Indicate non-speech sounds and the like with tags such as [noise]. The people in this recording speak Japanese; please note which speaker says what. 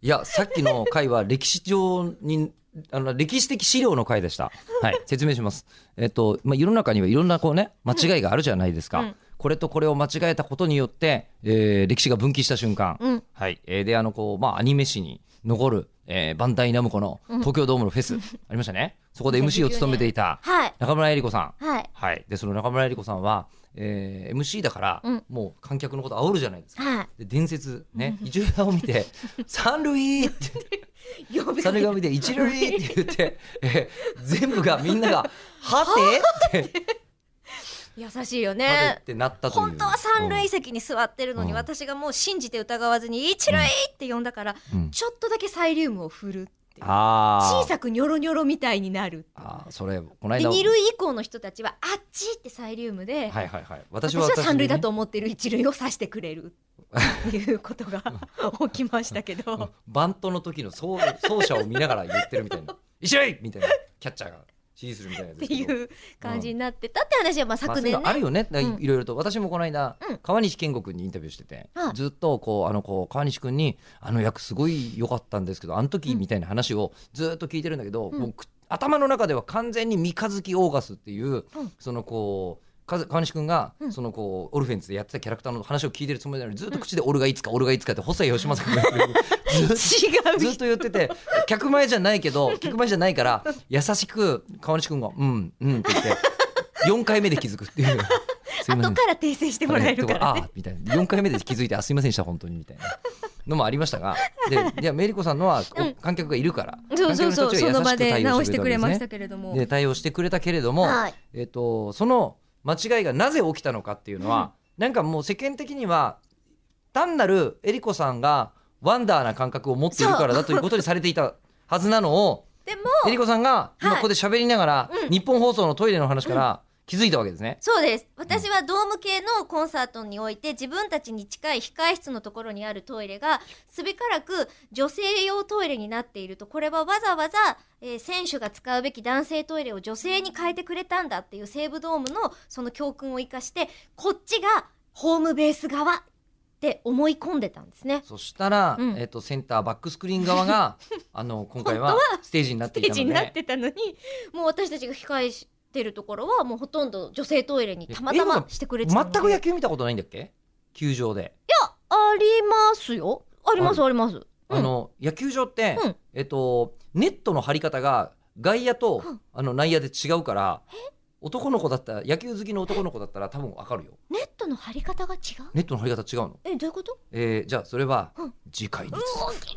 Speaker 1: いや、さっきの回は歴史上に、あの、歴史的資料の回でした。はい、説明します。えっと、まあ、世の中にはいろんなこうね、間違いがあるじゃないですか。
Speaker 2: うん
Speaker 1: これとこれを間違えたことによって、えー歴史が分岐した瞬間。
Speaker 2: うん
Speaker 1: はい。えーで、あの、こう、まあ、アニメ史に残る、えーバンダイナムコの東京ドームのフェス、ありましたね。そこで MC を務めていた、
Speaker 2: はい。
Speaker 1: 中村江里子さん。
Speaker 2: はい。
Speaker 1: はい。で、その中村江里子さんは、えー MC だから、
Speaker 2: うん
Speaker 1: もう観客のこと煽るじゃないですか。
Speaker 2: は
Speaker 1: で伝説ね一塁側を見
Speaker 2: [laughs]
Speaker 1: て「三塁!」って言って
Speaker 2: い。呼び
Speaker 1: 三塁側を見て「一塁!」って言
Speaker 2: [laughs]
Speaker 1: って、えー全部がみんなが「はて?」って
Speaker 2: 優しいよ
Speaker 1: はて
Speaker 2: ね
Speaker 1: っ。てなったという
Speaker 2: 本当は三塁席に座ってるのに、
Speaker 1: うん
Speaker 2: 私がもう信じて疑わずに、一塁って呼んだから、
Speaker 1: うん
Speaker 2: ちょっとだけサイリウムを振るっていう。
Speaker 1: あー
Speaker 2: 小さくニョロニョロみたいになる。
Speaker 1: あーそれこの
Speaker 2: で、
Speaker 1: 間
Speaker 2: 二塁以降の人たちは、あっちってサイリウムで、
Speaker 1: はいはいはい
Speaker 2: 私
Speaker 1: 私は
Speaker 2: は三塁
Speaker 1: でね
Speaker 2: だと思ってる一塁を指してく
Speaker 1: [laughs]
Speaker 2: れる。っていうことが [laughs] 起きましたけど。
Speaker 1: バントの時の走走者を見ながら言ってるみた
Speaker 2: [laughs]
Speaker 1: いな「一塁!」みたいなキャッチャーが指示するみたいなやつ
Speaker 2: っ
Speaker 1: です
Speaker 2: て
Speaker 1: けど
Speaker 2: いう感じになってたって話は
Speaker 1: ま
Speaker 2: まあ
Speaker 1: あ
Speaker 2: 昨年
Speaker 1: そういうのある
Speaker 2: ね。
Speaker 1: よね、だから
Speaker 2: うん
Speaker 1: いろいろと私もこの間、
Speaker 2: うん
Speaker 1: 川西健吾君にインタビューしてて、
Speaker 2: はい
Speaker 1: ずっとこうあのこう川西君に「あの役すごい良かったんですけどあの時」みたいな話をずっと聞いてるんだけど、
Speaker 2: うん
Speaker 1: もうく頭の中では完全に三日月オーガスっていう、そのこう。か川西君が、
Speaker 2: うん
Speaker 1: そのこうオルフェンズでやってたキャラクターの話を聞いてるつもりなのにずっと口で「俺がいつか俺がいつか」って細谷義正君が言ってる
Speaker 2: [laughs]
Speaker 1: ずっと
Speaker 2: 違う
Speaker 1: [laughs] ずっと言ってて客前じゃないけど客前じゃないから優しく川西君が「うんうん」って言って4回目で気づくっていう「すいませ
Speaker 2: [laughs] 後
Speaker 1: ん
Speaker 2: から訂正してもらえるから
Speaker 1: あ
Speaker 2: ね。
Speaker 1: あみたいな4回目で気づいて「あすいませんでした本当に」みたいなのもありましたがで
Speaker 2: [laughs]
Speaker 1: いやメリコさんのはこう
Speaker 2: うん
Speaker 1: 観客がいるから
Speaker 2: そうそうそう、
Speaker 1: 観
Speaker 2: そ
Speaker 1: 客
Speaker 2: の
Speaker 1: 人たちは優しく
Speaker 2: 場
Speaker 1: 対応してくれたわけですね
Speaker 2: で直してくれましたけれども。
Speaker 1: で対応してくれたけれども、
Speaker 2: はい
Speaker 1: えっとその間違いがなぜ起きたのかっていうのは、なんかもう世間的には単なるえりこさんがワンダーな感覚を持っているからだということにされていたはずなのを
Speaker 2: でも、
Speaker 1: えりこさんが今
Speaker 2: は
Speaker 1: こ
Speaker 2: い
Speaker 1: こで喋りながら、
Speaker 2: うん
Speaker 1: 日本放送のトイレの話から気づいたわけですね。
Speaker 2: そうです。私はドーム系のコンサートにおいて、自分たちに近い控室のところにあるトイレが、すべからく女性用トイレになっていると、これはわざわざ、えー選手が使うべき男性トイレを女性に変えてくれたんだっていう西武ドームのその教訓を生かして、こっちがホームベース側って思い込んでたんですね。
Speaker 1: そしたら、
Speaker 2: うん
Speaker 1: えっとセンターバックスクリーン側があの今回はステージになっ
Speaker 2: ス
Speaker 1: て
Speaker 2: テ
Speaker 1: い
Speaker 2: ー
Speaker 1: た
Speaker 2: ジ
Speaker 1: の
Speaker 2: になっ
Speaker 1: で。
Speaker 2: てたのにもう私たちが控えしてるところはもうほとんど女性トイレにたまたましてくれてたので
Speaker 1: 全く野球見たことないんだっけ球場で、
Speaker 2: ありますよありますありますうん
Speaker 1: あの野球場って、
Speaker 2: うん
Speaker 1: えっと、ネットの張り方が外野と、
Speaker 2: うん
Speaker 1: あの内野で違うから男の子だったら野球好きの男の子だったら多分わかるよ
Speaker 2: ネットの張り方が違う
Speaker 1: ネットの張り方違うの、
Speaker 2: えどういうこと
Speaker 1: えーじゃあそれは
Speaker 2: うん
Speaker 1: 次回に
Speaker 2: う
Speaker 1: 続く
Speaker 2: ん気に